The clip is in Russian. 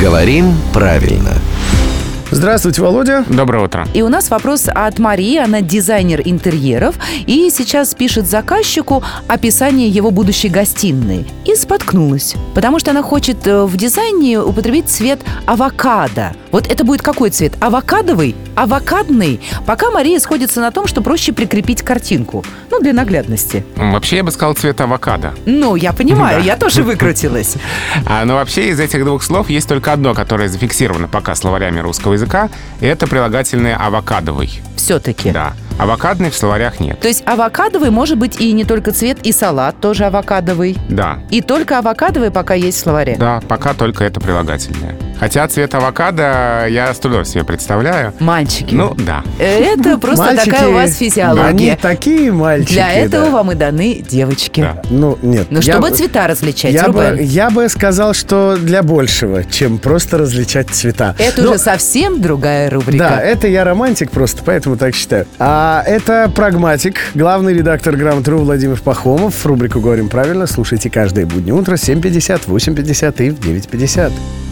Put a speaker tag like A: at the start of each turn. A: Говорим правильно.
B: Здравствуйте, Володя.
C: Доброе утро.
D: И у нас вопрос от Марии, она дизайнер интерьеров и сейчас пишет заказчику описание его будущей гостиной. И споткнулась, потому что она хочет э, в дизайне употребить цвет авокадо. Вот это будет какой цвет? Авокадовый? Авокадный? Пока Мария сходится на том, что проще прикрепить картинку. Ну, для наглядности.
C: Вообще, я бы сказал цвет авокадо.
D: Ну, я понимаю,
C: Да.
D: я тоже выкрутилась.
C: А, но вообще из этих двух слов есть только одно, которое зафиксировано пока словарями русского языка. Это прилагательное «авокадовый».
D: Все-таки.
C: Да. Авокадный в словарях нет.
D: То есть авокадовый может быть и не только цвет, и салат тоже авокадовый.
C: Да.
D: И только авокадовый пока есть в словаре.
C: Да, пока только это прилагательное. Хотя цвет авокадо я с трудом себе представляю.
D: Мальчики.
C: Ну, да.
D: Это просто
B: Мальчики,
D: такая у вас
B: Они
D: физиология.
B: такие мальчики.
D: Для этого
B: да.
D: вам и даны девочки.
C: Да.
B: Ну, нет.
D: Ну,
B: я
D: чтобы
B: бы-
D: цвета различать,
B: я бы,
D: Рубен.
B: я бы сказал, что для большего, чем просто различать цвета.
D: Это
B: Ну,
D: уже совсем другая рубрика.
B: Да, это я романтик просто, поэтому так считаю. А это прагматик, главный редактор Грамотру Владимир Пахомов. Рубрику «Говорим правильно» слушайте каждое буднее утро в 7.50, 8.50 и в 9.50.